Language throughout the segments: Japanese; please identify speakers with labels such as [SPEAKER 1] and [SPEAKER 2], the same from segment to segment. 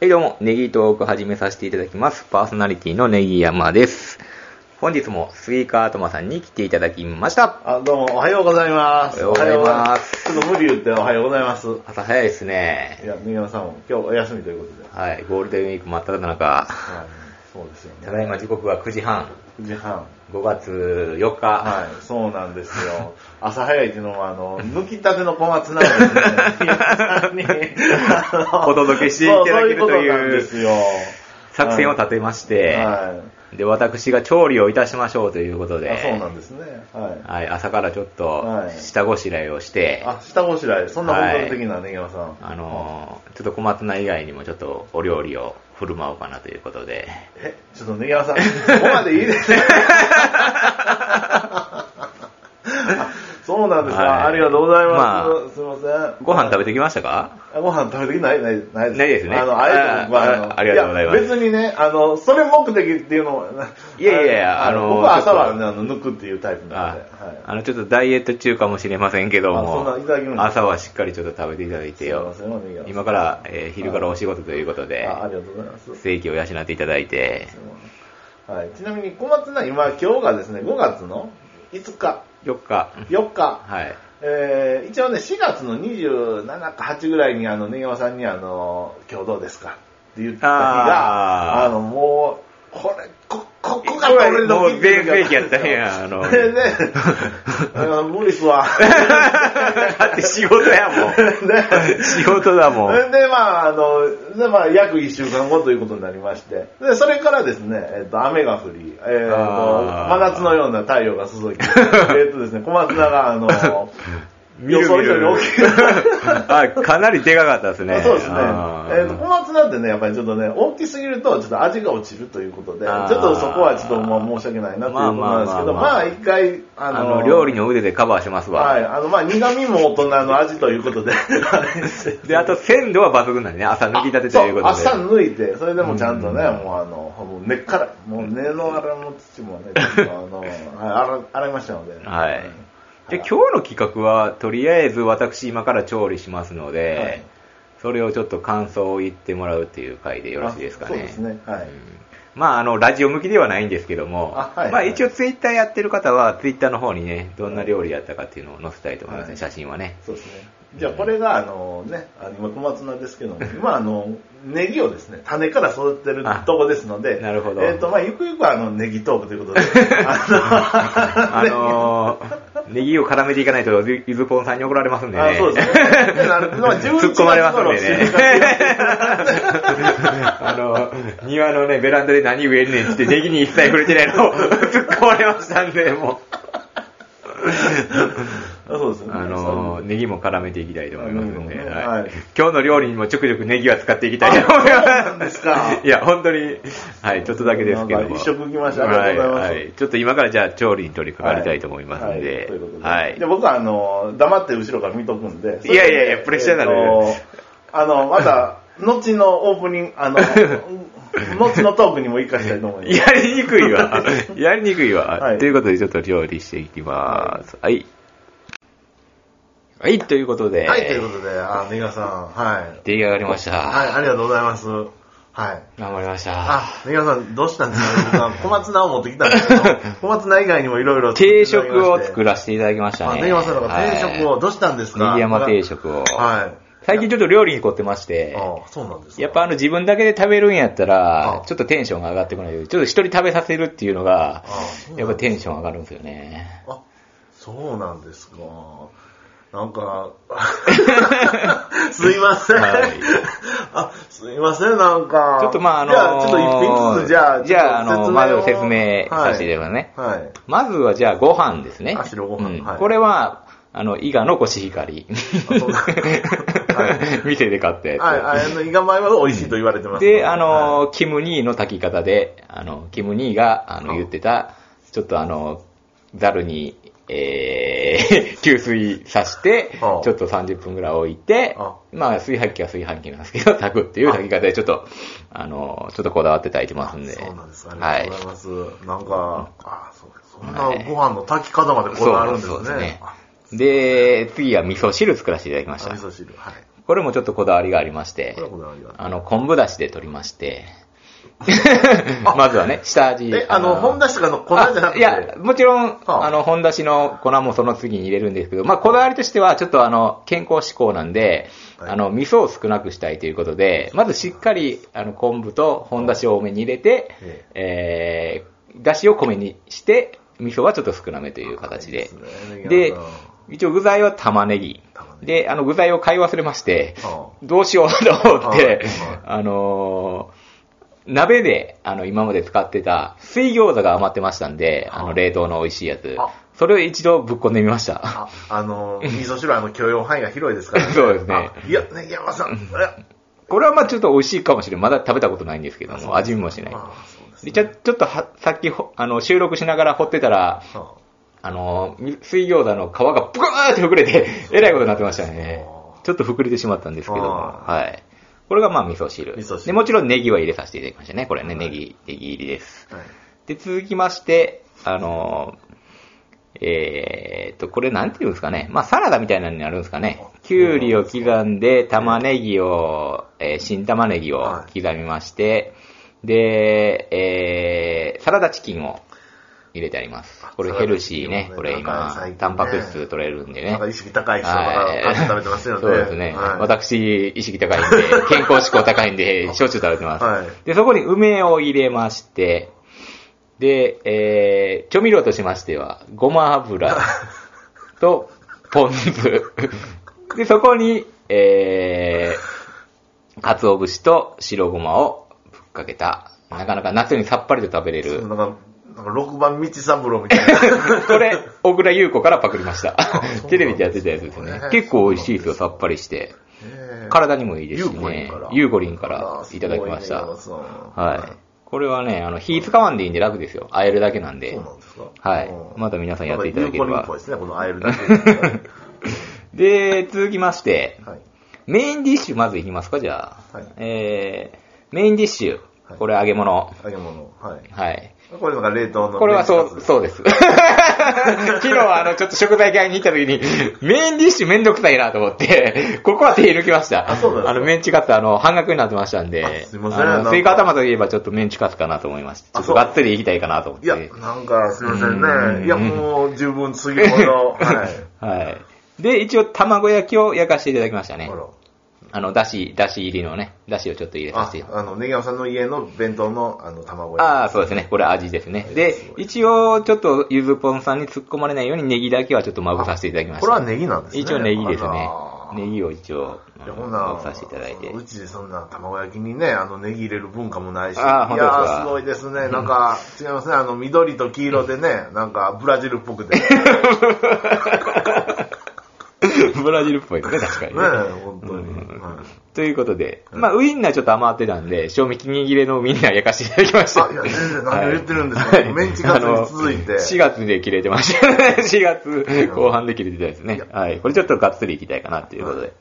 [SPEAKER 1] はいどうも、ネギトーク始めさせていただきます。パーソナリティのネギ山です。本日もスイカートマさんに来ていただきました。
[SPEAKER 2] あどうも、おはようございます。
[SPEAKER 1] おはようございます
[SPEAKER 2] おはようございますちょっと無理言っておはようございます。
[SPEAKER 1] 朝早いです
[SPEAKER 2] い
[SPEAKER 1] ね。
[SPEAKER 2] や、三山さんも今日お休みということで。
[SPEAKER 1] はい、ゴールデンウィーク真っ只中。
[SPEAKER 2] はいそうですよね。
[SPEAKER 1] ただいま時刻は9時半、
[SPEAKER 2] 9時半。
[SPEAKER 1] 5月4日。
[SPEAKER 2] はい、そうなんですよ。 朝早いっていうのは、あの、抜きたての小松菜をですね、皆さんにあの
[SPEAKER 1] お届けしていただけるという
[SPEAKER 2] そうそういうことなんですよ。
[SPEAKER 1] 作戦を立てまして、
[SPEAKER 2] は
[SPEAKER 1] で、私が調理をいたしましょうということ
[SPEAKER 2] い。
[SPEAKER 1] で、
[SPEAKER 2] あそうなんですね。は
[SPEAKER 1] はい、朝からちょっと
[SPEAKER 2] はい
[SPEAKER 1] 下ごしらえをして、
[SPEAKER 2] い。あ、下ごしらえ、そんな本格的なね、山さん。
[SPEAKER 1] あのーちょっと小松菜以外にもちょっとお料理を振る舞おうかなということで、
[SPEAKER 2] え、ちょっと根 際さん、ここまでいいですね。 そうなんですか、
[SPEAKER 1] はい
[SPEAKER 2] ありがとうございます。すいません。
[SPEAKER 1] ご飯食べてきましたか
[SPEAKER 2] あご飯食べてきないないない
[SPEAKER 1] ないですね
[SPEAKER 2] あの、あえて僕は
[SPEAKER 1] あ
[SPEAKER 2] あの
[SPEAKER 1] ありがとうございます
[SPEAKER 2] や別にね、あの、それ目的っていうのも、
[SPEAKER 1] いやいやいや
[SPEAKER 2] あ
[SPEAKER 1] あの
[SPEAKER 2] の、僕は朝はね、あの、抜くっていうタイプな
[SPEAKER 1] あ
[SPEAKER 2] ので、はい。
[SPEAKER 1] あの、ちょっとダイエット中かもしれませんけど
[SPEAKER 2] あそんなんいただきま
[SPEAKER 1] も、
[SPEAKER 2] す
[SPEAKER 1] 朝はしっかりちょっと食べていただいてよ
[SPEAKER 2] すいませんお願いしま。す
[SPEAKER 1] 今から、えー昼からお仕事ということで、
[SPEAKER 2] あありがとうございます。
[SPEAKER 1] 正気を養っていただいて、
[SPEAKER 2] はい、ちなみに小松菜、今、今日がですね、5月の5日、
[SPEAKER 1] 4日、
[SPEAKER 2] 4日、
[SPEAKER 1] はい。
[SPEAKER 2] えー一応ね、4月の27か8ぐらいに、あの、根山さんに、あの、今日どうですかって言った日
[SPEAKER 1] あー
[SPEAKER 2] が、あの、もう、これ、こ、ここが
[SPEAKER 1] これ
[SPEAKER 2] 俺の
[SPEAKER 1] もう全盛期やったんやあの
[SPEAKER 2] こ れね、あの無理っす わ。
[SPEAKER 1] だって仕事やも ん。仕事だもん。
[SPEAKER 2] で、まあ、あの、で、まあ、約1週間後ということになりまして、で、それからですね、えっ、と、雨が降り、えっ、と、
[SPEAKER 1] あー
[SPEAKER 2] 真夏のような太陽が注 ぎ、えっとですね、小松菜が、あの、
[SPEAKER 1] みるみ
[SPEAKER 2] 予想
[SPEAKER 1] る
[SPEAKER 2] 以上に大きく
[SPEAKER 1] あ、かなりでかかったですね。
[SPEAKER 2] そうですね。え
[SPEAKER 1] あー
[SPEAKER 2] ーと、小松菜ってね、やっぱりちょっとね、大きすぎると、ちょっと味が落ちるということで、ち
[SPEAKER 1] あ
[SPEAKER 2] ょ
[SPEAKER 1] ー
[SPEAKER 2] っとそこはちょっともう申し訳ないなということなんですけど、
[SPEAKER 1] まあまあ
[SPEAKER 2] ま
[SPEAKER 1] まあまあ
[SPEAKER 2] あ一回、あ
[SPEAKER 1] あ
[SPEAKER 2] の
[SPEAKER 1] の、料理の腕でカバーしますわ。
[SPEAKER 2] はい、あの、まあ苦味も大人の味という ことで、はい
[SPEAKER 1] で、あと鮮度は抜群なんでね、朝抜き立てと
[SPEAKER 2] そ
[SPEAKER 1] いう
[SPEAKER 2] う、
[SPEAKER 1] ことで。
[SPEAKER 2] 朝抜いて、それでもちゃんとね、
[SPEAKER 1] うん
[SPEAKER 2] もうあの、もう根っから、もう根の荒の土もね、ちょっとあ の、はい洗洗いましたので。
[SPEAKER 1] はい。で、今日の企画は、とりあえず私今から調理しますので、
[SPEAKER 2] はい
[SPEAKER 1] それをちょっと感想を言ってもらうっていう回でよろしいですかね。
[SPEAKER 2] あそうですねはい
[SPEAKER 1] うんまあ、あの、ラジオ向きではないんですけども、
[SPEAKER 2] あはい
[SPEAKER 1] まあ一応ツイッターやってる方は、ツイッターの方にね、どんな料理やったかっていうのを載せたいと思いますね、
[SPEAKER 2] はい
[SPEAKER 1] 写真はね。
[SPEAKER 2] そうですね。じゃあこれが、あのね、あの今小松菜ですけ ども、今あの、ネギをですね、種から育ててるとこですので、
[SPEAKER 1] あなるほど
[SPEAKER 2] えっ、と、まあゆくゆくはあの、ネギトークということで、
[SPEAKER 1] あ
[SPEAKER 2] あ
[SPEAKER 1] のー、ネギを絡めていかないと、ゆゆずぽんさんに怒られますんでね。
[SPEAKER 2] あそうです ね。なるほど。まあ11
[SPEAKER 1] 突っ込まれますんで
[SPEAKER 2] 月頃収穫予定
[SPEAKER 1] ね。あの、庭のね、ベランダで何植えるねんって、ネギに一切触れてないのを 突っ込まれましたんで、も
[SPEAKER 2] あそうです
[SPEAKER 1] う。
[SPEAKER 2] ね。
[SPEAKER 1] あの、ネギも絡めていきたいと思いますんで、
[SPEAKER 2] うん
[SPEAKER 1] は
[SPEAKER 2] はいい
[SPEAKER 1] 今日の料理にもちょくちょくネギは使っていきたいと思います。
[SPEAKER 2] なんですか
[SPEAKER 1] いや、本当に、はい、ちょっとだけですけど
[SPEAKER 2] なん
[SPEAKER 1] も。
[SPEAKER 2] か一食来ましたありがとうございます
[SPEAKER 1] はい、はいちょっと今からじゃあ調理に取り掛かりたいと思いますん
[SPEAKER 2] はいはい
[SPEAKER 1] で
[SPEAKER 2] ということ。で。
[SPEAKER 1] はい
[SPEAKER 2] で、。僕はあの、黙って後ろから見とくんで。
[SPEAKER 1] いやいやいやプレッシャーになる
[SPEAKER 2] えとあの、ま た、後のオープニング、あの、後のトークにも活かしたいと思います。
[SPEAKER 1] やりにく いわ。やりにくいわ。
[SPEAKER 2] はい
[SPEAKER 1] ということで、ちょっと料理していきます。はい。はい、ということで。
[SPEAKER 2] はい、ということで、あ、ネガさん、はい。
[SPEAKER 1] 出来上がりました。
[SPEAKER 2] はい、ありがとうございます。はい。
[SPEAKER 1] 頑張りました。
[SPEAKER 2] あ、ネガさん、どうしたんですか僕は小松菜を持ってきたんですけ ど、小松菜以外にもいろいろ
[SPEAKER 1] 定食を作
[SPEAKER 2] る。
[SPEAKER 1] らせていただきました
[SPEAKER 2] あ、
[SPEAKER 1] ね。
[SPEAKER 2] ネガさん、定食を、
[SPEAKER 1] はい
[SPEAKER 2] どうしたんですか
[SPEAKER 1] ネギ山定食を
[SPEAKER 2] はい。
[SPEAKER 1] 最近ちょっと料理に凝ってまして、
[SPEAKER 2] あそうなんですか
[SPEAKER 1] やっぱあの自分だけで食べるんやった
[SPEAKER 2] あ、
[SPEAKER 1] らちょっとテンションが上がってこないけど、ちょっと人に食べさせるっていうのが
[SPEAKER 2] あそうなんです、ね
[SPEAKER 1] やっぱテンション上がるんですよね。
[SPEAKER 2] あ、そうなんですか。なんか、 すいません。
[SPEAKER 1] はい
[SPEAKER 2] あ、すいません、なんか。
[SPEAKER 1] ちょっとまああの
[SPEAKER 2] じゃあ、ちょっと一品ずつ、じゃあ、
[SPEAKER 1] じゃ
[SPEAKER 2] ちょ
[SPEAKER 1] あ
[SPEAKER 2] っと
[SPEAKER 1] あのまず
[SPEAKER 2] を
[SPEAKER 1] 説明させていただきますね
[SPEAKER 2] はい。はい
[SPEAKER 1] まずはじゃあご飯ですね。
[SPEAKER 2] あ白ご飯
[SPEAKER 1] うん
[SPEAKER 2] はい
[SPEAKER 1] これは、あの、伊賀のコシヒ カリ
[SPEAKER 2] あそうなんだは。
[SPEAKER 1] 店で買って。
[SPEAKER 2] はい、あの、イガ米は美味しいと言われてます、
[SPEAKER 1] で、あの、
[SPEAKER 2] はい
[SPEAKER 1] キム兄の炊き方で、あの、キム兄が、あの、
[SPEAKER 2] うん
[SPEAKER 1] 言ってた、ちょっとあの、ザルに、えー、 給水さして、ち
[SPEAKER 2] う
[SPEAKER 1] ょ
[SPEAKER 2] ん
[SPEAKER 1] っと30分ぐらい置いて
[SPEAKER 2] あ、
[SPEAKER 1] まあ、炊飯器は炊飯器なんですけど、炊くっていう炊き方で、ちょっと、あの、ちょっとこだわって炊いてますんで。
[SPEAKER 2] そうなんです。あり
[SPEAKER 1] は
[SPEAKER 2] がと
[SPEAKER 1] いう
[SPEAKER 2] ございます。なんか、あ、そうそんな
[SPEAKER 1] はい
[SPEAKER 2] ご飯の炊き方までこだわるんですね。
[SPEAKER 1] そうそうですね
[SPEAKER 2] あ
[SPEAKER 1] で、次は味噌汁作らせていただきまし
[SPEAKER 2] あ
[SPEAKER 1] た
[SPEAKER 2] 味。噌汁、はい。
[SPEAKER 1] これもちょっとこだわりがありまして
[SPEAKER 2] これ、はこだわりがあ
[SPEAKER 1] あの、昆布だしで取りまして、 まずはね、下味
[SPEAKER 2] る。。え、あの、本出しとかの粉じゃなくて。
[SPEAKER 1] いや、もちろん、
[SPEAKER 2] あ
[SPEAKER 1] あの、本出しの粉もその次に入れるんですけど、まあ、こだわりとしては、ちょっとあの、健康志向なんで、
[SPEAKER 2] はい
[SPEAKER 1] あの、味噌を少なくしたいということで、まずしっかり、あの、昆布と本出しを多めに入れて、
[SPEAKER 2] え
[SPEAKER 1] えー、出汁を米にして、味噌はちょっと少なめという形で。
[SPEAKER 2] はい
[SPEAKER 1] で
[SPEAKER 2] あの、
[SPEAKER 1] 一応具材は玉ねぎ。
[SPEAKER 2] 玉ねぎ
[SPEAKER 1] で、あの、具材を買い忘れまして、
[SPEAKER 2] あ
[SPEAKER 1] どうしようと思っ
[SPEAKER 2] はいはい
[SPEAKER 1] て、あのー鍋で、あの、今まで使ってた水餃子が余ってましたんで、あ
[SPEAKER 2] は
[SPEAKER 1] の、
[SPEAKER 2] い
[SPEAKER 1] 冷凍の美味しいやつ
[SPEAKER 2] あ。
[SPEAKER 1] それを一度ぶっこんでみました。
[SPEAKER 2] ああの、味噌汁はあの許容範囲が広いですから、
[SPEAKER 1] そうですね
[SPEAKER 2] あいや、ね、山さん、え
[SPEAKER 1] これはまあちょっと美味しいかもしれん。まだ食べたことないんですけども、味見もしない。
[SPEAKER 2] ああそうです
[SPEAKER 1] でちょちょっとは、さっきほ、あの、収録しながら掘ってたら、
[SPEAKER 2] は
[SPEAKER 1] あの、み水餃子の皮がぷかーって膨れ て、えらいことになってましたね
[SPEAKER 2] あ。ー
[SPEAKER 1] ちょっと膨れてしまったんですけども、
[SPEAKER 2] あー
[SPEAKER 1] はい。これがまあ味噌汁。
[SPEAKER 2] 味噌汁
[SPEAKER 1] で、もちろんネギは入れさせていただきましたね。これね、
[SPEAKER 2] はい
[SPEAKER 1] ネギ、ネギ入りです。
[SPEAKER 2] あはい
[SPEAKER 1] で、続きまして、あの、えーっと、これなんていうんですかね。まあサラダみたいなのになるんですかね。きゅうりを刻んで、玉ねぎを、えー新玉ねぎを
[SPEAKER 2] はい
[SPEAKER 1] 刻みまして、で、えーサラダチキンを入れてあります
[SPEAKER 2] あ。
[SPEAKER 1] これヘルシーね。
[SPEAKER 2] サ
[SPEAKER 1] こ
[SPEAKER 2] ラダ
[SPEAKER 1] れ
[SPEAKER 2] チキンもねなんか
[SPEAKER 1] 今
[SPEAKER 2] 最近ね、
[SPEAKER 1] タンパク質取れるんで
[SPEAKER 2] な
[SPEAKER 1] ね
[SPEAKER 2] んか。意識高い人
[SPEAKER 1] は
[SPEAKER 2] が
[SPEAKER 1] い
[SPEAKER 2] パン食べてますよね。
[SPEAKER 1] そうですね。
[SPEAKER 2] はい、
[SPEAKER 1] 私、意識高いんで、健康志向高い んで、しょっちゅう食べてます。
[SPEAKER 2] はい
[SPEAKER 1] で、そこに梅を入れまして、で、えー、調味料としましては、ごま油とポ ン酢。で、そこに、えー、かつお節と白ごまをぶっかけた、なかなか夏にさっぱりと食べれる
[SPEAKER 2] なんか、なんか6番道三郎みたいな。
[SPEAKER 1] これ、小倉優子からパクりました
[SPEAKER 2] そう。
[SPEAKER 1] テレビでやってたやつですね
[SPEAKER 2] そう。
[SPEAKER 1] 結構美味しいですよ、さっぱりして。
[SPEAKER 2] ええ
[SPEAKER 1] 体にもいいですし
[SPEAKER 2] ユーコリン
[SPEAKER 1] ね
[SPEAKER 2] から。
[SPEAKER 1] ユーゴリンか
[SPEAKER 2] あ
[SPEAKER 1] ら
[SPEAKER 2] あすご
[SPEAKER 1] いただきました。
[SPEAKER 2] ね山さん
[SPEAKER 1] はい。これはね、あの、火使わんでいいんで楽ですよ。和えるだけなんで
[SPEAKER 2] そう。なんですか
[SPEAKER 1] はい
[SPEAKER 2] うん
[SPEAKER 1] また皆さんやっていただければ
[SPEAKER 2] なんかユーコリンっぽいですね、このアイルだけでね
[SPEAKER 1] で、続きまして、
[SPEAKER 2] はい。
[SPEAKER 1] メインディッシュまずいきますか、じゃあ。
[SPEAKER 2] はい
[SPEAKER 1] えー、メインディッシ
[SPEAKER 2] は
[SPEAKER 1] ュ。
[SPEAKER 2] い
[SPEAKER 1] これ揚げ物。
[SPEAKER 2] 揚げ物。はい。
[SPEAKER 1] はい。
[SPEAKER 2] これなんか冷凍の。
[SPEAKER 1] これはそう、
[SPEAKER 2] う。
[SPEAKER 1] そうです。 昨日あの、ちょっと食材買いに行った時に、メインディッシュめんどくさいなと思って、 ここは手抜きました。
[SPEAKER 2] あそうなんですか
[SPEAKER 1] あの、メンチカツ、あの、半額になってましたんで、
[SPEAKER 2] あすいません
[SPEAKER 1] あ
[SPEAKER 2] なんか
[SPEAKER 1] の、スイカ頭といえばちょっとメンチカツかなと思いまし
[SPEAKER 2] あ
[SPEAKER 1] た。ちょっと
[SPEAKER 2] そう
[SPEAKER 1] がっつりいきたいかなと思っ
[SPEAKER 2] いや、
[SPEAKER 1] て。
[SPEAKER 2] なんかすいません
[SPEAKER 1] うん
[SPEAKER 2] ね。いや、もう十分過ぎるほど。はい。
[SPEAKER 1] はい。で、一応卵焼きを焼かせていただきま したね
[SPEAKER 2] ほ。ら。
[SPEAKER 1] あの、だし、だし入りのね、だしをちょっと入れさ
[SPEAKER 2] あ
[SPEAKER 1] せて。、
[SPEAKER 2] あの、ネギ山さんの家の弁当の、あの、卵焼き。
[SPEAKER 1] ああ、そうですね。これ味ですね。で、一応、ちょっと、ゆずぽんさんに突っ込まれないように、ネギだけはちょっとまぶさせていただきました。
[SPEAKER 2] これはネギなんですね。
[SPEAKER 1] 一応ネギですね
[SPEAKER 2] あ。ら
[SPEAKER 1] ネギを一応、あ
[SPEAKER 2] いや
[SPEAKER 1] の
[SPEAKER 2] ほん
[SPEAKER 1] ま
[SPEAKER 2] な
[SPEAKER 1] ぶさせていただいて。
[SPEAKER 2] うちでそんな卵焼きにね、あの、ネギ入れる文化もないし。
[SPEAKER 1] あー本
[SPEAKER 2] い
[SPEAKER 1] 当ですか
[SPEAKER 2] やー、すごいですね。なんか、違いますね。あの、緑と黄色でね、なんか、ブラジルっぽ くて。ね
[SPEAKER 1] ブラジルっぽいですね、確か
[SPEAKER 2] え、
[SPEAKER 1] にね。
[SPEAKER 2] 本当に。はい
[SPEAKER 1] ということで、まあ、ウインナーちょっと余ってたんで、賞味期限切れのウインナー焼かせていただきました。
[SPEAKER 2] あいや全然何を言ってるんですかメンチカツに続いて
[SPEAKER 1] あの4月で切れてました。4 月後半で切れてたです
[SPEAKER 2] い
[SPEAKER 1] ね
[SPEAKER 2] や。
[SPEAKER 1] はい。これちょっとがっつりいきたいかなということ
[SPEAKER 2] は
[SPEAKER 1] で、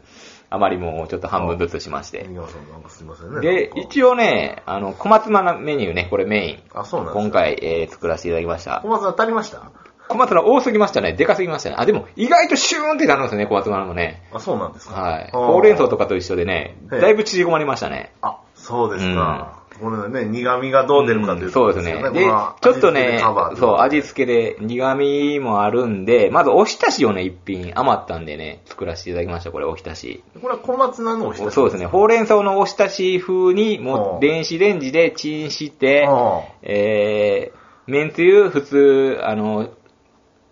[SPEAKER 1] あまりもうちょっと半分ずつしまして
[SPEAKER 2] ネ。ギ山さん、なんかすいませんね。
[SPEAKER 1] で、
[SPEAKER 2] なんか
[SPEAKER 1] 一応ね、あの、小松菜のメニューね、これメイン。
[SPEAKER 2] あ、そうなんです
[SPEAKER 1] 今
[SPEAKER 2] か。
[SPEAKER 1] 回、えー作らせていただきました
[SPEAKER 2] 小。松菜足りました
[SPEAKER 1] 小松菜多すぎましたね。でかすぎましたね。あ、でも意外とシューンってなるんですね、小松菜もね。
[SPEAKER 2] あ、そうなんですか。
[SPEAKER 1] はい。
[SPEAKER 2] あー
[SPEAKER 1] ほうれん草とかと一緒でね、
[SPEAKER 2] ええ
[SPEAKER 1] だいぶ縮こまりましたね。
[SPEAKER 2] あ、そうですか。これね、苦味がどう出るかという
[SPEAKER 1] そう
[SPEAKER 2] とこ
[SPEAKER 1] ですね。
[SPEAKER 2] よ
[SPEAKER 1] で、ち
[SPEAKER 2] こ
[SPEAKER 1] ょ
[SPEAKER 2] の
[SPEAKER 1] っと
[SPEAKER 2] 味
[SPEAKER 1] ね
[SPEAKER 2] 付けでカバーとい、
[SPEAKER 1] そう、味付けで苦味もあるんで、まずおひたしをね、一品余ったんでね、作らせていただきました、これ、おひたし。
[SPEAKER 2] これは小松菜のおひたし。
[SPEAKER 1] そうですね。ほうれん草のおひたし風に、も
[SPEAKER 2] お
[SPEAKER 1] う
[SPEAKER 2] う
[SPEAKER 1] 電子レンジでチンして、
[SPEAKER 2] おう
[SPEAKER 1] えー、めんつゆ、普通、あの、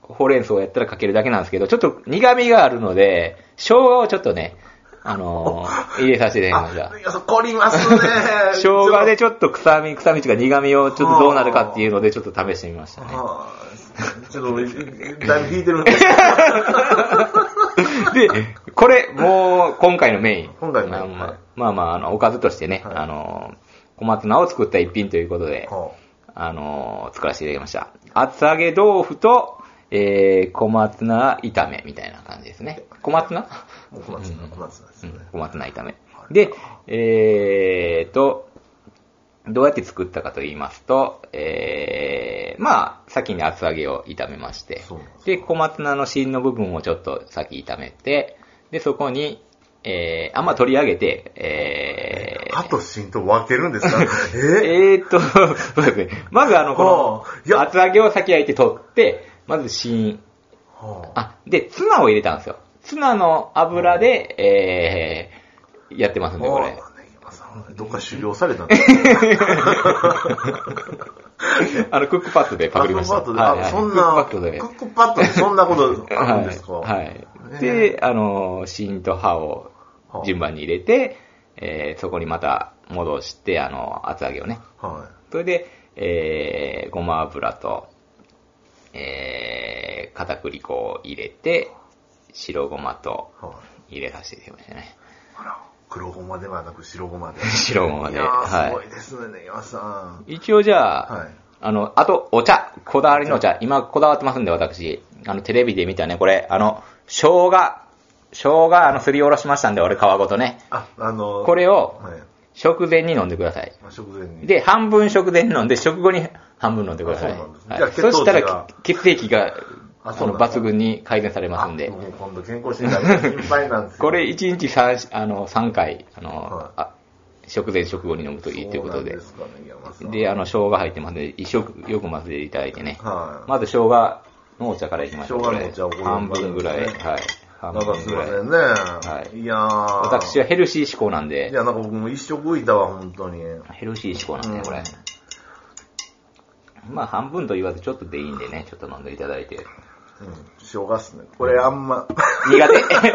[SPEAKER 1] ほうれん草をやったらかけるだけなんですけど、ちょっと苦味があるので、生姜をちょっとね、あの ー入れさせていただきました。
[SPEAKER 2] あ、。いや、そこりますね
[SPEAKER 1] 生姜でちょっと臭み、臭みというか苦みをちょっとどうなるかっていうのでちょっと試してみましたね。
[SPEAKER 2] はあちょっと俺、だいぶ引いてるん ですけど。
[SPEAKER 1] で、これ、もう今回のメイン。
[SPEAKER 2] 今回のメイン
[SPEAKER 1] あま
[SPEAKER 2] はい
[SPEAKER 1] あまあまあ、あの、おかずとしてね、
[SPEAKER 2] はい
[SPEAKER 1] あの、小松菜を作った一品ということで、
[SPEAKER 2] は
[SPEAKER 1] あの、作らせていただきました。厚揚げ豆腐と、えー、小松菜炒めみたいな感じですね。小松菜
[SPEAKER 2] あもう小松菜、小松菜です
[SPEAKER 1] う
[SPEAKER 2] ね
[SPEAKER 1] ん。小松菜炒め。
[SPEAKER 2] はい
[SPEAKER 1] で、えーと、どうやって作ったかと言いますと、えー、まあ、先に厚揚げを炒めまして
[SPEAKER 2] そうなんです、
[SPEAKER 1] で、小松菜の芯の部分をちょっと先炒めて、で、そこに、えー、あんま取り上げて、えー、
[SPEAKER 2] 歯と芯と分けるんですかえ
[SPEAKER 1] えーっと、 そうですね。まずあの、こ
[SPEAKER 2] ああい
[SPEAKER 1] の、
[SPEAKER 2] や
[SPEAKER 1] 厚揚げを先焼いて取って、まず芯、
[SPEAKER 2] はあ
[SPEAKER 1] あ、で、ツナを入れたんですよ。ツナの油で、えー、やってますね、これ。
[SPEAKER 2] あね今さんどっか修行されたんです か
[SPEAKER 1] あの、クックパッドでパクりました。
[SPEAKER 2] クックパッドで、あ、そんな、
[SPEAKER 1] クックパッドで。
[SPEAKER 2] クックパッドでそんなことあるんですか
[SPEAKER 1] はい。はい
[SPEAKER 2] ね
[SPEAKER 1] で、あの、芯と歯を
[SPEAKER 2] はあ
[SPEAKER 1] 順番に入れて、えーそこにまた戻して、あの、厚揚げをね。
[SPEAKER 2] は
[SPEAKER 1] それで、えー、ごま油と、えー、片栗粉を入れて、白ごまと
[SPEAKER 2] い。はい。
[SPEAKER 1] 入れさせていただきましたね。
[SPEAKER 2] あら、黒ごまではなく白ごまで。
[SPEAKER 1] 白ごま
[SPEAKER 2] い
[SPEAKER 1] で。
[SPEAKER 2] やー、すご
[SPEAKER 1] はい
[SPEAKER 2] ですね、今さん。
[SPEAKER 1] い。一応じゃあ、
[SPEAKER 2] はい。
[SPEAKER 1] あの、あと、お茶。こだわりのお茶。今、こだわってますんで、私。あの、テレビで見たね、これ、あの、生姜。生姜、あの、すりおろしましたんで、俺、皮ごとね。
[SPEAKER 2] あ、あの、
[SPEAKER 1] これを、
[SPEAKER 2] はい。
[SPEAKER 1] 食前に飲んでください。
[SPEAKER 2] まあ、食前に。
[SPEAKER 1] で、半分食前に飲んで、食後に半分飲んでください。
[SPEAKER 2] あそうなんですね
[SPEAKER 1] はい、
[SPEAKER 2] じゃあ
[SPEAKER 1] そし
[SPEAKER 2] 血糖
[SPEAKER 1] た
[SPEAKER 2] 値が
[SPEAKER 1] ら、き血液が、あ
[SPEAKER 2] あそうな
[SPEAKER 1] の、
[SPEAKER 2] んだ
[SPEAKER 1] 抜群に改善されま
[SPEAKER 2] あ、
[SPEAKER 1] すんで。
[SPEAKER 2] もう今度健康診断が心配なんですよ
[SPEAKER 1] これ、1日3、あの、三回、あの、
[SPEAKER 2] はい
[SPEAKER 1] あ食前食後に飲むといいということ
[SPEAKER 2] そうな
[SPEAKER 1] で。
[SPEAKER 2] んですかね、山さん。
[SPEAKER 1] で、あの、生姜入ってますんで、一食、よく混ぜていただいてね。
[SPEAKER 2] はい。
[SPEAKER 1] まず生姜のお茶からいきましょう。
[SPEAKER 2] 生姜のお茶を
[SPEAKER 1] これ
[SPEAKER 2] これ
[SPEAKER 1] 半分ぐら
[SPEAKER 2] ま
[SPEAKER 1] い。
[SPEAKER 2] ずね
[SPEAKER 1] はい。半
[SPEAKER 2] なんか
[SPEAKER 1] 分
[SPEAKER 2] す
[SPEAKER 1] ぐ
[SPEAKER 2] いま
[SPEAKER 1] らい。
[SPEAKER 2] せんね。
[SPEAKER 1] い
[SPEAKER 2] いやー。
[SPEAKER 1] 私はヘルシー志向なん
[SPEAKER 2] い
[SPEAKER 1] で、
[SPEAKER 2] や、なんか僕も一食浮いたわ、本当に。
[SPEAKER 1] ヘルシー志向なん
[SPEAKER 2] う
[SPEAKER 1] で、
[SPEAKER 2] ん
[SPEAKER 1] これ。まあ、半分と言わずちょっとでいいんでね、ちょっと飲んでいただいて。
[SPEAKER 2] うん。生姜っすね。これあんま。
[SPEAKER 1] 苦手。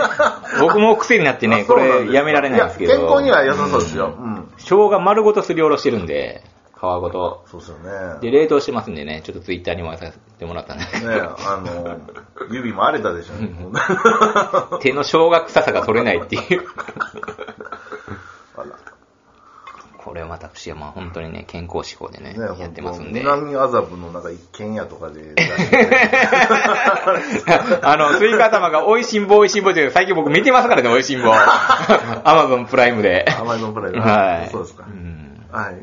[SPEAKER 1] 僕も癖になってね、
[SPEAKER 2] あそ
[SPEAKER 1] こ
[SPEAKER 2] うなんです
[SPEAKER 1] れ
[SPEAKER 2] か
[SPEAKER 1] やめられないんですけど。
[SPEAKER 2] や健康には良さそうですよ。うん。
[SPEAKER 1] 生姜丸ごとすりおろしてるんで、皮ごと。
[SPEAKER 2] そうですよ
[SPEAKER 1] で、
[SPEAKER 2] ね。ね
[SPEAKER 1] 冷凍してますんでね、ちょっとツイッターにもさせてもらったんですけど、
[SPEAKER 2] あの、指も荒れたでしょうね。
[SPEAKER 1] 手の生姜臭さが取れないっていう。
[SPEAKER 2] あら
[SPEAKER 1] これは私はまあ本当にね、健康志向でね、
[SPEAKER 2] ね、
[SPEAKER 1] やってますんで。
[SPEAKER 2] 本当南麻布のなんか一軒家とかで出して
[SPEAKER 1] あの、スイカ頭が美味しんぼ美味しんぼっていう、最近僕見てますからね、美味 しんぼ。アマゾンプライムで。
[SPEAKER 2] 甘いのプライド
[SPEAKER 1] はい。
[SPEAKER 2] そうですか
[SPEAKER 1] う。ん
[SPEAKER 2] はい。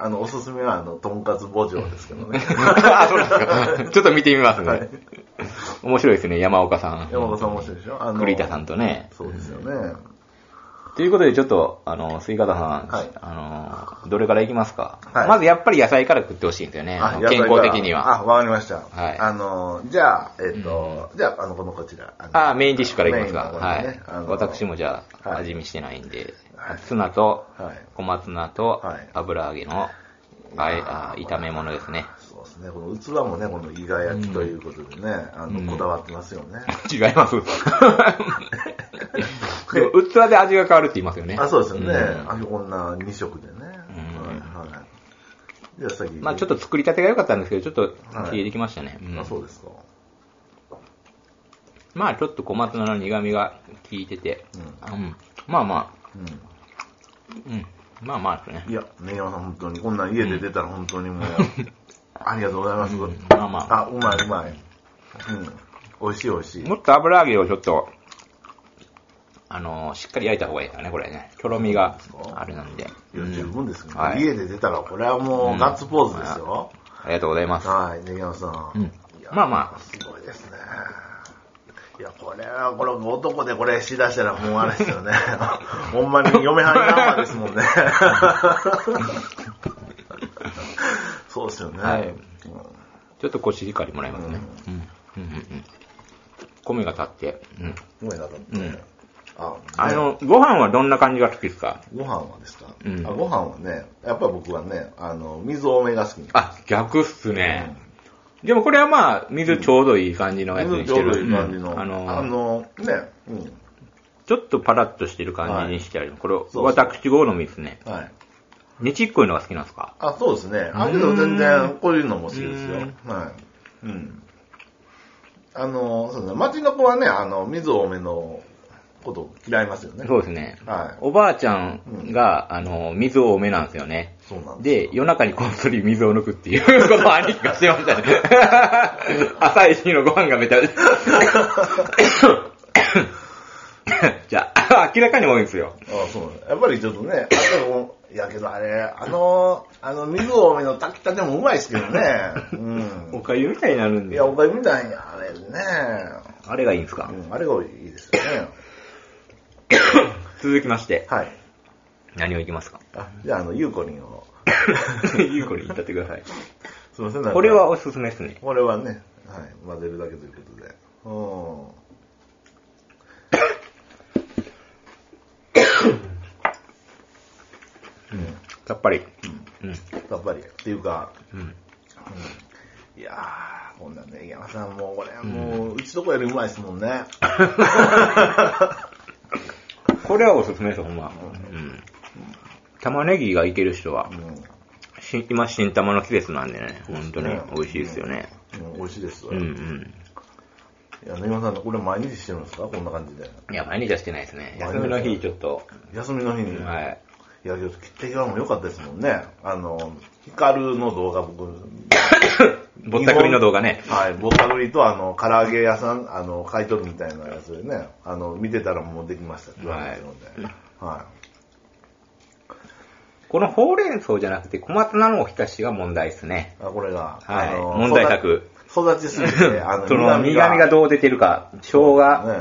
[SPEAKER 2] あの、おすすめは、あの、とんかつ墓場ですけど ね。
[SPEAKER 1] あ、そうなんです か。ちょっと見てみます
[SPEAKER 2] は
[SPEAKER 1] ね
[SPEAKER 2] い。
[SPEAKER 1] 面白いですね、山岡さん。
[SPEAKER 2] 山本さん面白いでしょあの、
[SPEAKER 1] 栗田さん。とね。
[SPEAKER 2] そうですよね。
[SPEAKER 1] ということで、ちょっと、あの、スイカ頭さん、
[SPEAKER 2] はい
[SPEAKER 1] あの、どれからいきますか、
[SPEAKER 2] はい
[SPEAKER 1] まずやっぱり野菜から食ってほしいんですよね。あの
[SPEAKER 2] 野菜
[SPEAKER 1] 健
[SPEAKER 2] から
[SPEAKER 1] 康的には。
[SPEAKER 2] あ、わかりました。
[SPEAKER 1] はい
[SPEAKER 2] あの、じゃあ、えっと、じゃあ、あの、このこちら。あの
[SPEAKER 1] あ、メインディッシュからいきますか。
[SPEAKER 2] メインの
[SPEAKER 1] は
[SPEAKER 2] これね
[SPEAKER 1] い
[SPEAKER 2] あ。の
[SPEAKER 1] 私もじゃあ、
[SPEAKER 2] はい
[SPEAKER 1] 味見してないんで、
[SPEAKER 2] はい
[SPEAKER 1] ツナと
[SPEAKER 2] はい。
[SPEAKER 1] 小松菜と
[SPEAKER 2] はい
[SPEAKER 1] 油揚げの、あえあ炒め物ですね。
[SPEAKER 2] そうですね。この器もね、この伊賀焼きということでね、あ
[SPEAKER 1] うん
[SPEAKER 2] の、こだわってますよね。
[SPEAKER 1] 違 います。でも器で味が変わるって言いますよね。
[SPEAKER 2] あ、そうですよね。
[SPEAKER 1] うん
[SPEAKER 2] あこんな2色でね。はいはい。じゃあ先に。
[SPEAKER 1] まあちょっと作りたてが良かったんですけど、ちょっと消えてきましたね。うん
[SPEAKER 2] あ、そうですか。
[SPEAKER 1] まあちょっと小松菜の苦味が効いてて、
[SPEAKER 2] う
[SPEAKER 1] うんまあまあ、
[SPEAKER 2] うん。
[SPEAKER 1] うん、まあまあですね。
[SPEAKER 2] いや、ね、山さん本当に、こんなん家で出たら本当にもう、 ありがとうございます。
[SPEAKER 1] まあまあ
[SPEAKER 2] あ、うまいうまい。うん。美味しい美味しい。
[SPEAKER 1] もっと油揚げをちょっと、あのーしっかり焼いた方がいいかね、これね。とろみがあれなんで。
[SPEAKER 2] いや、十分ですけど、
[SPEAKER 1] はい
[SPEAKER 2] 家で出たら、これはも
[SPEAKER 1] う
[SPEAKER 2] う、
[SPEAKER 1] ん
[SPEAKER 2] ガッツポーズですよ。
[SPEAKER 1] ありがとうございます。
[SPEAKER 2] はい、ね、山さ
[SPEAKER 1] うんん。まあまあ
[SPEAKER 2] すごいですね。いや、これは、これ、男でこれしだしたら、もうあれですよ ね。ほんまに嫁はんやんわですもんね。そうですよね。
[SPEAKER 1] はい
[SPEAKER 2] うん
[SPEAKER 1] ちょっとコシヒカリもらいますね。うん。うんうんうん。米が立って。うん。
[SPEAKER 2] ごめんなさい。
[SPEAKER 1] ん
[SPEAKER 2] あ、
[SPEAKER 1] あの、ご飯はどんな感じが好きですか
[SPEAKER 2] ご飯はですか、
[SPEAKER 1] うん
[SPEAKER 2] あご飯はね、やっぱ僕はね、あの、水多めが好きなんで
[SPEAKER 1] あ、逆っすね。でもこれはまあ、水ちょうどいい感じのやつ
[SPEAKER 2] す。
[SPEAKER 1] に
[SPEAKER 2] ち
[SPEAKER 1] し
[SPEAKER 2] ょ
[SPEAKER 1] て
[SPEAKER 2] う
[SPEAKER 1] る。
[SPEAKER 2] どいい感じの、
[SPEAKER 1] うんあの
[SPEAKER 2] あの、ね、うん。
[SPEAKER 1] ちょっとパラッとしてる感じにしてある。これ、
[SPEAKER 2] そう
[SPEAKER 1] 私好みですね。
[SPEAKER 2] はい。
[SPEAKER 1] ねちっこいのが好きなんですか
[SPEAKER 2] あ、そうですね。あ、けど全然、こういうのも好きですよ
[SPEAKER 1] うん。
[SPEAKER 2] はい。うん。あの、そうですね。町の子はね、あの、水多めのこと嫌いますよね。
[SPEAKER 1] そうですね。
[SPEAKER 2] はい。
[SPEAKER 1] おばあちゃんが、あの、水を多めなんですよね。
[SPEAKER 2] そうなんです。
[SPEAKER 1] で、夜中にこっそり水を抜くっていう ことを兄貴がしてました ね。朝一のご飯がめちゃ、 じゃあ、明らかに多いんですよ。
[SPEAKER 2] あそうなんですやっぱりちょっとね、あでも、いやけどあれ、あの、あの、水多めの炊きたてもうまいですけ どね。うん。
[SPEAKER 1] おかゆみたいになるん
[SPEAKER 2] い
[SPEAKER 1] で
[SPEAKER 2] や、。おかゆみたいにあれね、
[SPEAKER 1] あれがいいんですか
[SPEAKER 2] うん、あれがいいですよね。
[SPEAKER 1] 続きまして、
[SPEAKER 2] はい。
[SPEAKER 1] 何をいきますか
[SPEAKER 2] あ、じゃあ、あの、ゆうこりんを。
[SPEAKER 1] ゆうこに歌ってくだ さい。
[SPEAKER 2] すいません、なんか
[SPEAKER 1] これはおすすめですね。
[SPEAKER 2] これはね、はい、混ぜるだけということで。うん。
[SPEAKER 1] やっぱり。うん。
[SPEAKER 2] やっぱり、っていうか、
[SPEAKER 1] うん。
[SPEAKER 2] いやー、こんなんね、井山さんもうこれ、もう、うちとこよりうまいですもんね。
[SPEAKER 1] これはおすすめです、ほんま。うん。玉ねぎがいける人は
[SPEAKER 2] う、ん。
[SPEAKER 1] し今新玉の季節なんでね、本当に
[SPEAKER 2] ね
[SPEAKER 1] 美味しいですよね。
[SPEAKER 2] うん美味しいです。
[SPEAKER 1] うんうん。
[SPEAKER 2] いや、ね、今さん、これ毎日してるんですかこんな感じで。
[SPEAKER 1] いや、毎日はしてないですね。
[SPEAKER 2] 毎日
[SPEAKER 1] 休みの日、ちょっと、
[SPEAKER 2] 休みの日に。い。
[SPEAKER 1] はい。
[SPEAKER 2] や、けど、切手際も良かったですもんね。あの、ヒカルの動画、僕、
[SPEAKER 1] ぼったくりの動画ね。
[SPEAKER 2] はい、ボタグリとあの、唐揚げ屋さん、あの、買い取るみたいなやつでね、あの、見てたらもうできましたって言われてるので。は
[SPEAKER 1] このほうれん草じゃなくて小松菜のおひたしが問題ですね。
[SPEAKER 2] い。あこれが、
[SPEAKER 1] はい
[SPEAKER 2] あの
[SPEAKER 1] 問題作。
[SPEAKER 2] 育ち育ち すぎて、あの、
[SPEAKER 1] その苦味がどう出てるか、生姜、
[SPEAKER 2] ね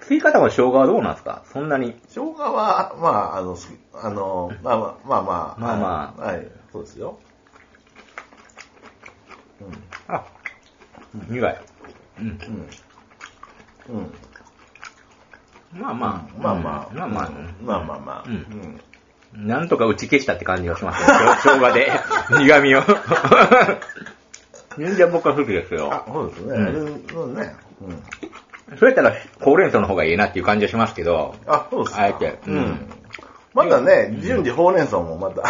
[SPEAKER 1] 吸い方も生姜はどうなんですかそんなに。
[SPEAKER 2] 生姜は、まあ、あの、好きあの、まあまあ、まあまあ、
[SPEAKER 1] まあま
[SPEAKER 2] あ、はい、そうですよ。
[SPEAKER 1] あ、苦い。うん。
[SPEAKER 2] うん。うん。
[SPEAKER 1] まあまあ。
[SPEAKER 2] まあまあ、
[SPEAKER 1] まあまあ。
[SPEAKER 2] まあまあまあ、
[SPEAKER 1] うん
[SPEAKER 2] うん
[SPEAKER 1] なんとか打ち消したって感じ がしますね。生姜で苦 味を。全然僕は好きです
[SPEAKER 2] あ
[SPEAKER 1] よ。、
[SPEAKER 2] そうですね。うん、ね。うん。
[SPEAKER 1] そうやったら、ほうれん草の方がいいなっていう感じがしますけど、
[SPEAKER 2] あ、そうですか
[SPEAKER 1] あえて。
[SPEAKER 2] うん。またね、順次ほうれん草もまた。
[SPEAKER 1] ま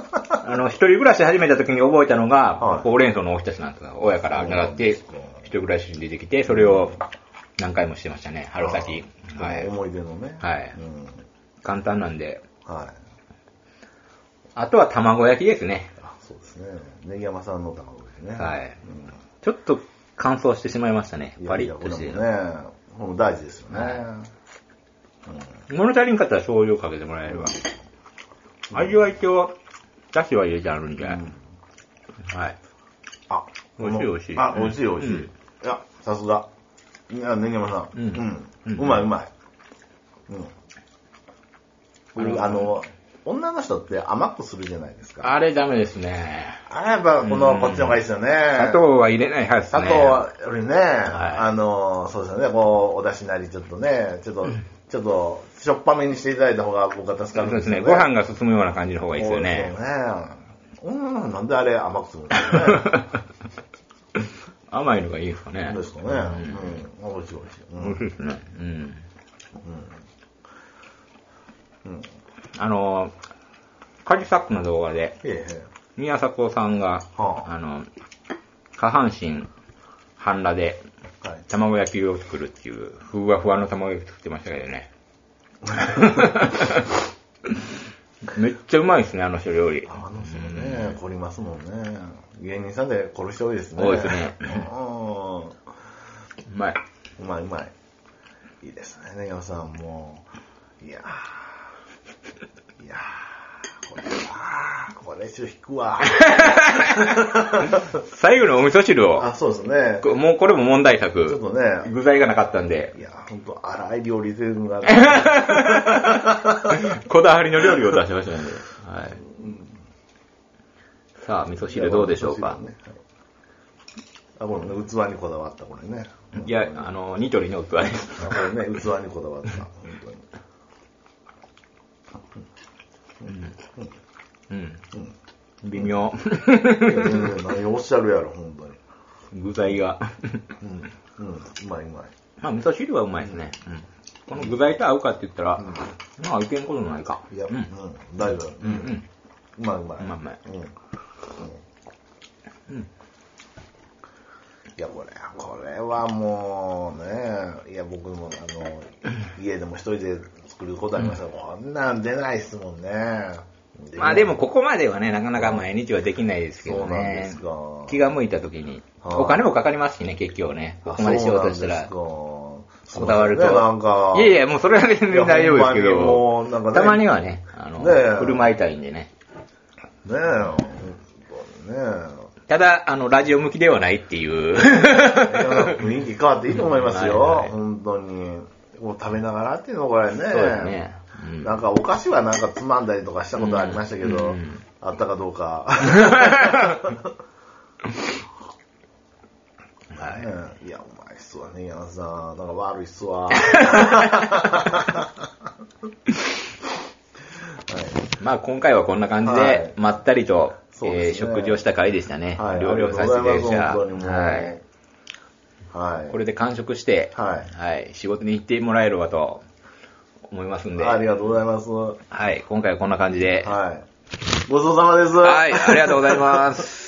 [SPEAKER 1] あ、あの、一人暮らし始めた時に覚えたのが、
[SPEAKER 2] はい
[SPEAKER 1] ほうれん草のおひたしなんですよ。親から習って、
[SPEAKER 2] そうなんですか
[SPEAKER 1] 一人暮らしに出てきて、それを何回もしてましたね、春先。は
[SPEAKER 2] はい、
[SPEAKER 1] い。
[SPEAKER 2] 思い出のね。
[SPEAKER 1] はい
[SPEAKER 2] うん。
[SPEAKER 1] 簡単なんで。
[SPEAKER 2] はい。
[SPEAKER 1] あとは卵焼きですね。
[SPEAKER 2] あ、そうですね。ネギ山さんの卵ですね。
[SPEAKER 1] はい
[SPEAKER 2] うん。
[SPEAKER 1] ちょっと乾燥してしまいましたね。
[SPEAKER 2] や
[SPEAKER 1] パ
[SPEAKER 2] っ
[SPEAKER 1] リ
[SPEAKER 2] り
[SPEAKER 1] ッ
[SPEAKER 2] ことれ
[SPEAKER 1] し
[SPEAKER 2] も
[SPEAKER 1] て
[SPEAKER 2] ね。、ほんと大事ですよね。
[SPEAKER 1] は物足りんかったら醤油をかけてもらえれば。味は一応、だしは入れてあるんで。
[SPEAKER 2] うん
[SPEAKER 1] はい。
[SPEAKER 2] あ、
[SPEAKER 1] 美味しい美味しい
[SPEAKER 2] あ、美味しい美味し
[SPEAKER 1] うん
[SPEAKER 2] い。いや、さすが。いや、ネギ山さん。
[SPEAKER 1] うん
[SPEAKER 2] うん。
[SPEAKER 1] うん
[SPEAKER 2] うまいうまい。うん。
[SPEAKER 1] あ
[SPEAKER 2] 僕
[SPEAKER 1] の
[SPEAKER 2] あの、女の人って甘くするじゃないですか。
[SPEAKER 1] あれダメですね。
[SPEAKER 2] あやっぱこ
[SPEAKER 1] うん
[SPEAKER 2] の、こっちの方がいいですよね。
[SPEAKER 1] 砂糖は入れない派です
[SPEAKER 2] 砂
[SPEAKER 1] ね。
[SPEAKER 2] 糖よりね、
[SPEAKER 1] い
[SPEAKER 2] あの、そうですよね、こう、お出汁なりちょっとね、ちょっと、ちょっと、しょっぱめにしていただいた方が僕は助か
[SPEAKER 1] そう
[SPEAKER 2] るん
[SPEAKER 1] で
[SPEAKER 2] ですす
[SPEAKER 1] ね。
[SPEAKER 2] よね。
[SPEAKER 1] ご飯が進むような感じの方がいいですよ
[SPEAKER 2] そ
[SPEAKER 1] ね
[SPEAKER 2] う。そうね。うん、なんであれ甘くするんです かね。
[SPEAKER 1] 甘いのがいいですかね。
[SPEAKER 2] どうですかね。うん、美味しい美味しい。う
[SPEAKER 1] 美味しい
[SPEAKER 2] ん。
[SPEAKER 1] ですね。うん。あの、カジサックの動画で、
[SPEAKER 2] いえいえ。
[SPEAKER 1] 宮迫さんが、
[SPEAKER 2] はあ
[SPEAKER 1] あの、下半身半裸で
[SPEAKER 2] はい。
[SPEAKER 1] 卵焼きを作るっていう、ふわふわの卵焼き作ってましたけどね。 めっちゃうまいですね、あの人料理。
[SPEAKER 2] あの人もね、凝りますもんね。芸人さんで凝る人多いですね。
[SPEAKER 1] 多いですね
[SPEAKER 2] うん。
[SPEAKER 1] うまい。
[SPEAKER 2] うまいうまい。いいですね、ネギさんもう。いやー。いやー。これは、これ一応引く わ。
[SPEAKER 1] 最後のお味噌汁を、
[SPEAKER 2] あ、そうですね。
[SPEAKER 1] こもうこれも問題
[SPEAKER 2] ちょっ
[SPEAKER 1] 作。
[SPEAKER 2] とね、
[SPEAKER 1] 具材がなかったんで、
[SPEAKER 2] いやー、ほんと荒い料理全部が、
[SPEAKER 1] こだわりの料理を出しましたんで。はい。さあ、味噌汁どうでしょうか。
[SPEAKER 2] ねはいあ、このね、器にこだわった、これね。
[SPEAKER 1] いや、あの、ニトリの器です。
[SPEAKER 2] あこれね、器にこだわった、本当に。
[SPEAKER 1] うん。微
[SPEAKER 2] い
[SPEAKER 1] 妙。
[SPEAKER 2] や全然何をおっしゃるやろ、本当に。
[SPEAKER 1] 具材が。
[SPEAKER 2] うん、うん、うまいうまい。
[SPEAKER 1] まあ、味噌汁はうまいですね。うんこの具材と合うかって言ったら、まあ、いけんことないか。
[SPEAKER 2] いや、
[SPEAKER 1] う
[SPEAKER 2] うんん、大丈夫。う
[SPEAKER 1] うんうん
[SPEAKER 2] ん。うまいうまい。
[SPEAKER 1] うまいうまい
[SPEAKER 2] うん。うんいや、これ、これはもうね、いや、僕も、あの、家でも一人で作ることありましたけど、こんなん出ないっすもんね。
[SPEAKER 1] まあでもここまではね、なかなか毎日はできないですけど
[SPEAKER 2] そうなんで
[SPEAKER 1] ね
[SPEAKER 2] す。か
[SPEAKER 1] 気が向いた時に。
[SPEAKER 2] はい
[SPEAKER 1] お金もかかりますしね、結局ね。ここまでしようとしたら。
[SPEAKER 2] こ
[SPEAKER 1] こだわると。
[SPEAKER 2] なんか。
[SPEAKER 1] いやいや、もうそれは全然大丈夫ですけ
[SPEAKER 2] いやほんまにもうなんか
[SPEAKER 1] ど。
[SPEAKER 2] ね
[SPEAKER 1] たまにはね、あの、
[SPEAKER 2] ねえ
[SPEAKER 1] 振る舞いたいんでね。
[SPEAKER 2] ねえ、本当にね
[SPEAKER 1] ただ、あの、ラジオ向 きではないっていう。
[SPEAKER 2] いや雰囲気変わっていいと思いますよ、
[SPEAKER 1] はいはい
[SPEAKER 2] 本当に。を食べながらっていうのこれね。
[SPEAKER 1] そうだよね。うん
[SPEAKER 2] なんかお菓子はなんかつまんだりとかしたことありましたけど、
[SPEAKER 1] うんうん
[SPEAKER 2] あったかどうか。はい、いや、うまいっすわね、柳さん。なんか悪いっす わ。はい
[SPEAKER 1] まあ今回はこんな感じで、
[SPEAKER 2] はい
[SPEAKER 1] まったりと、
[SPEAKER 2] そう
[SPEAKER 1] えー
[SPEAKER 2] ですね
[SPEAKER 1] 食事をした回でしたね。
[SPEAKER 2] はい、
[SPEAKER 1] 料理をさせていただきまし
[SPEAKER 2] あ
[SPEAKER 1] た。
[SPEAKER 2] りがとうございます本当にもう
[SPEAKER 1] はい。
[SPEAKER 2] はい。
[SPEAKER 1] これで完食して、
[SPEAKER 2] はい
[SPEAKER 1] 仕事に行ってもらえればと思いますんで、
[SPEAKER 2] あ
[SPEAKER 1] は
[SPEAKER 2] りがとうございます。
[SPEAKER 1] い、今回はこんな感じで、
[SPEAKER 2] はい。ごちそうさまです。
[SPEAKER 1] はい、ありがとうございます。